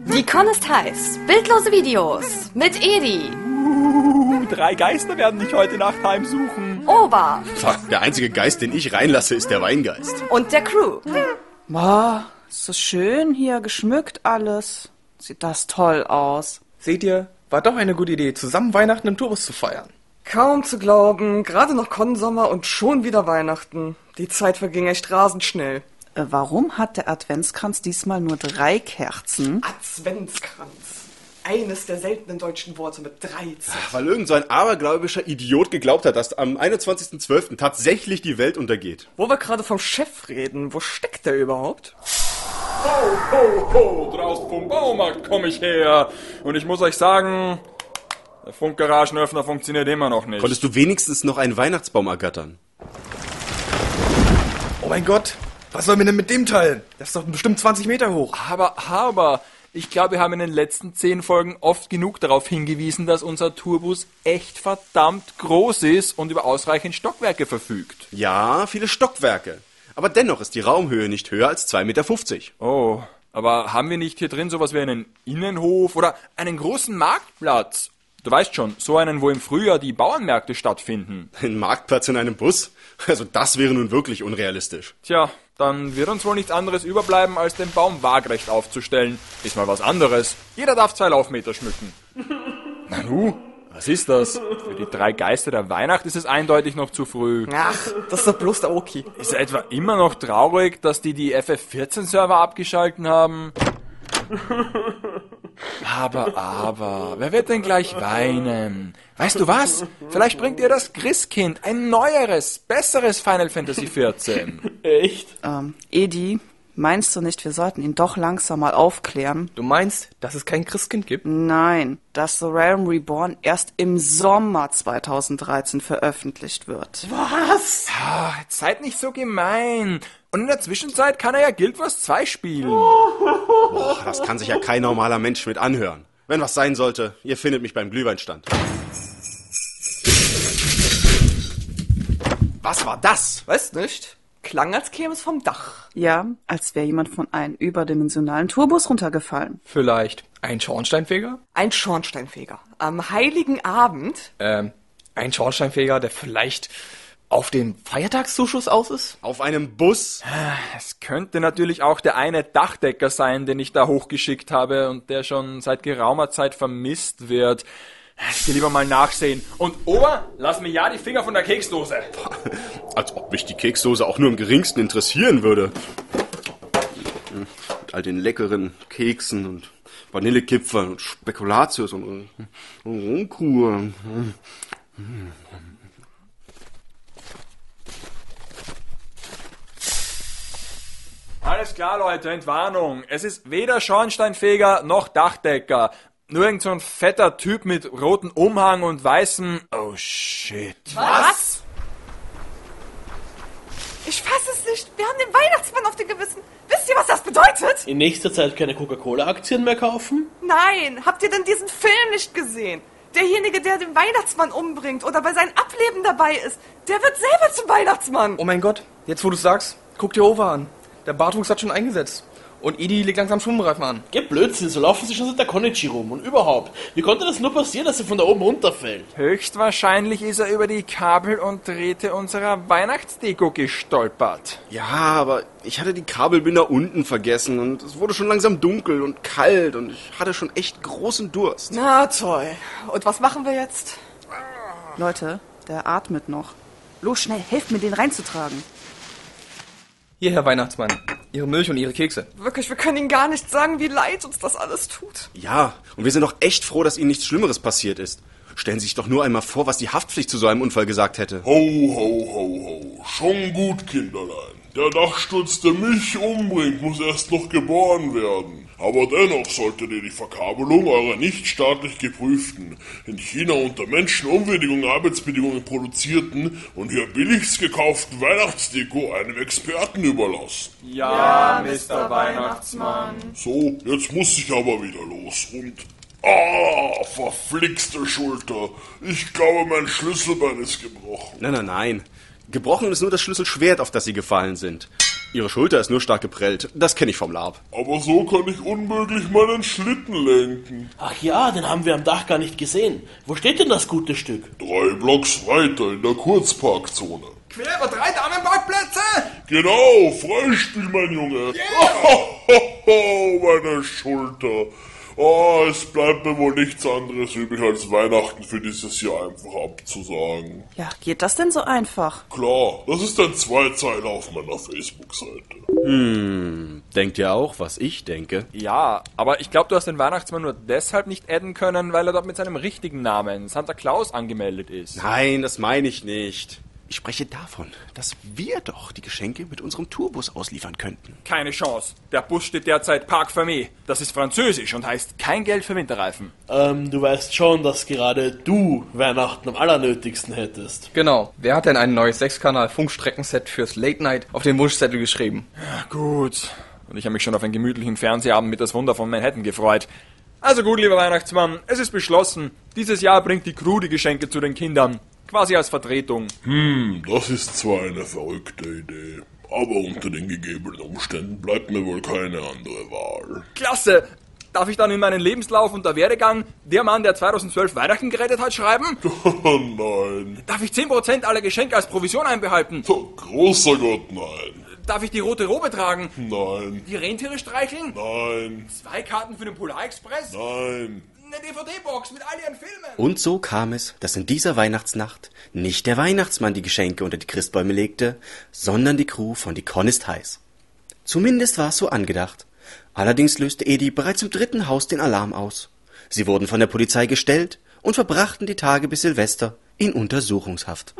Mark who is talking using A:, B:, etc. A: Die Con ist heiß. Bildlose Videos mit Edi,
B: Uh, drei Geister werden dich heute Nacht heimsuchen.
A: Oba
C: Fuck, der einzige Geist, den ich reinlasse, ist der Weingeist.
A: und der Crew.
D: Boah, ist so schön hier geschmückt alles. Sieht das toll aus.
E: Seht ihr, war doch eine gute Idee, zusammen Weihnachten im Tourbus zu feiern.
F: Kaum zu glauben, gerade noch Konsommer und schon wieder Weihnachten. Die Zeit verging echt rasend schnell.
D: Äh, warum hat der Adventskranz diesmal nur drei Kerzen?
F: Adventskranz. Eines der seltenen deutschen Worte mit 13.
C: Weil irgend so ein abergläubischer Idiot geglaubt hat, dass am 21.12. tatsächlich die Welt untergeht.
F: Wo wir gerade vom Chef reden, wo steckt der überhaupt?
B: Ho, ho, draußen vom Baumarkt komme ich her. Und ich muss euch sagen, der Funkgaragenöffner funktioniert immer noch nicht.
C: Konntest du wenigstens noch einen Weihnachtsbaum ergattern?
E: Oh mein Gott, was sollen wir denn mit dem teilen? Das ist doch bestimmt 20 Meter hoch.
B: Aber, aber, ich glaube, wir haben in den letzten zehn Folgen oft genug darauf hingewiesen, dass unser Tourbus echt verdammt groß ist und über ausreichend Stockwerke verfügt.
C: Ja, viele Stockwerke. Aber dennoch ist die Raumhöhe nicht höher als 2,50 Meter.
B: Oh, aber haben wir nicht hier drin sowas wie einen Innenhof oder einen großen Marktplatz? Du weißt schon, so einen, wo im Frühjahr die Bauernmärkte stattfinden.
C: Ein Marktplatz in einem Bus? Also das wäre nun wirklich unrealistisch.
B: Tja, dann wird uns wohl nichts anderes überbleiben, als den Baum waagrecht aufzustellen. Ist mal was anderes. Jeder darf zwei Laufmeter schmücken. Nanu, was ist das? Für die drei Geister der Weihnacht ist es eindeutig noch zu früh.
F: Ach, das ist doch bloß der Oki.
B: Ist er etwa immer noch traurig, dass die die FF14-Server abgeschalten haben? Aber, aber, wer wird denn gleich weinen? Weißt du was? Vielleicht bringt ihr das Christkind ein neueres, besseres Final Fantasy 14.
D: Ähm, Edi, meinst du nicht, wir sollten ihn doch langsam mal aufklären?
E: Du meinst, dass es kein Christkind gibt?
D: Nein, dass The Realm Reborn erst im Sommer 2013 veröffentlicht wird.
B: Ah, seid nicht so gemein. Und in der Zwischenzeit kann er ja Guild Wars 2 spielen.
C: Boah, Ah, das kann sich ja kein normaler Mensch mit anhören. Wenn was sein sollte, ihr findet mich beim Glühweinstand. Was war das?
F: Weißt nicht? Klang, als käme es vom Dach.
D: Ja, als wäre jemand von einem überdimensionalen Turbus runtergefallen.
E: Vielleicht ein Schornsteinfeger?
F: Ein Schornsteinfeger. Am heiligen Abend
E: Ähm, ein Schornsteinfeger, der vielleicht auf den Feiertagszuschuss aus ist?
C: Auf einem Bus?
B: Es könnte natürlich auch der eine Dachdecker sein, den ich da hochgeschickt habe und der schon seit geraumer Zeit vermisst wird. Ich geh lieber mal nachsehen. Und Ober, lass mir ja die Finger von der Keksdose.
C: Als ob mich die Kekssoße auch nur im geringsten interessieren würde. Mit all den leckeren Keksen und Vanillekipferl und Spekulatius und äh, Rumkuchen.
B: Alles klar, Leute, Entwarnung. Es ist weder Schornsteinfeger noch Dachdecker. Nur irgend so ein fetter Typ mit rotem Umhang und weißem... Oh, shit.
A: Was? Ich fasse es nicht. Wir haben den Weihnachtsmann auf dem Gewissen. Wisst ihr, was das bedeutet?
G: In nächster Zeit keine Coca-Cola-Aktien mehr kaufen?
A: Nein. Habt ihr denn diesen Film nicht gesehen? Derjenige, der den Weihnachtsmann umbringt oder bei seinem Ableben dabei ist, der wird selber zum Weihnachtsmann.
E: Oh mein Gott, jetzt wo du sagst, guck dir Over an. Der Bartwuchs hat schon eingesetzt. Und Edi legt langsam Schwimmreifen an.
G: Geh Blödsinn, so laufen sie schon seit der Konichi rum. Und überhaupt, wie konnte das nur passieren, dass er von da oben runterfällt?
B: Höchstwahrscheinlich ist er über die Kabel und Drähte unserer Weihnachtsdeko gestolpert.
C: Ja, aber ich hatte die Kabelbinder unten vergessen und es wurde schon langsam dunkel und kalt und ich hatte schon echt großen Durst.
F: Na toll. Und was machen wir jetzt?
D: Leute, der atmet noch. Los, schnell, helft mir, den reinzutragen.
E: Hier, Herr Weihnachtsmann, Ihre Milch und Ihre Kekse.
F: Wirklich, wir können ihnen gar nicht sagen, wie leid uns das alles tut.
C: Ja, und wir sind doch echt froh, dass Ihnen nichts Schlimmeres passiert ist. Stellen Sie sich doch nur einmal vor, was die Haftpflicht zu so einem Unfall gesagt hätte.
H: Ho, ho, ho, ho. Schon gut, Kinderlein. Der Dachsturz, der mich umbringt, muss erst noch geboren werden. Aber dennoch solltet ihr die Verkabelung eurer nicht staatlich geprüften, in China unter Menschenumwürdigung Arbeitsbedingungen produzierten und hier billigst gekauften Weihnachtsdeko einem Experten überlassen.
B: Ja, Mr. Weihnachtsmann.
H: So, jetzt muss ich aber wieder los und. Ah, verflixte Schulter. Ich glaube, mein Schlüsselbein ist gebrochen.
C: Nein, nein, nein. Gebrochen ist nur das Schlüsselschwert, auf das Sie gefallen sind. Ihre Schulter ist nur stark geprellt. Das kenne ich vom Lab.
H: Aber so kann ich unmöglich meinen Schlitten lenken.
G: Ach ja, den haben wir am Dach gar nicht gesehen. Wo steht denn das gute Stück?
H: Drei Blocks weiter in der Kurzparkzone.
E: Quer über drei Damenparkplätze!
H: Genau, Freispiel, mein Junge. Hohoho, meine Schulter. Oh, es bleibt mir wohl nichts anderes übrig, als Weihnachten für dieses Jahr einfach abzusagen.
D: Ja, geht das denn so einfach?
H: Klar, das ist ein Zweizeiler auf meiner Facebook-Seite.
C: Denkt ja auch, was ich denke.
B: Ja, aber ich glaube, du hast den Weihnachtsmann nur deshalb nicht adden können, weil er dort mit seinem richtigen Namen, Santa Claus, angemeldet ist.
C: Nein, das meine ich nicht. Ich spreche davon, dass wir doch die Geschenke mit unserem Tourbus ausliefern könnten.
B: Keine Chance. Der Bus steht derzeit Park Fermé. Das ist französisch und heißt kein Geld für Winterreifen.
G: Ähm, du weißt schon, dass gerade du Weihnachten am allernötigsten hättest.
E: Genau. Wer hat denn ein neues Sechskanal-Funkstreckenset fürs Late Night auf den Wunschzettel geschrieben?
B: Gut. Und ich habe mich schon auf einen gemütlichen Fernsehabend mit das Wunder von Manhattan gefreut. Also gut, lieber Weihnachtsmann, es ist beschlossen. Dieses Jahr bringt die Crew die Geschenke zu den Kindern. Quasi als Vertretung.
H: Das ist zwar eine verrückte Idee, aber unter den gegebenen Umständen bleibt mir wohl keine andere Wahl.
B: Klasse! Darf ich dann in meinen Lebenslauf und der Werdegang der Mann, der 2012 Weihnachten gerettet hat, schreiben?
H: Oh nein.
B: Darf ich 10% aller Geschenke als Provision einbehalten?
H: So, großer Gott, nein.
B: Darf ich die rote Robe tragen?
H: Nein.
B: Die Rentiere streicheln?
H: Nein.
B: Zwei Karten für den Polarexpress?
H: Nein.
B: Eine DVD-Box mit all ihren Filmen?
I: Und so kam es, dass in dieser Weihnachtsnacht nicht der Weihnachtsmann die Geschenke unter die Christbäume legte, sondern die Crew von Die Con ist heiß. Zumindest war es so angedacht. Allerdings löste Edi bereits im dritten Haus den Alarm aus. Sie wurden von der Polizei gestellt und verbrachten die Tage bis Silvester in Untersuchungshaft.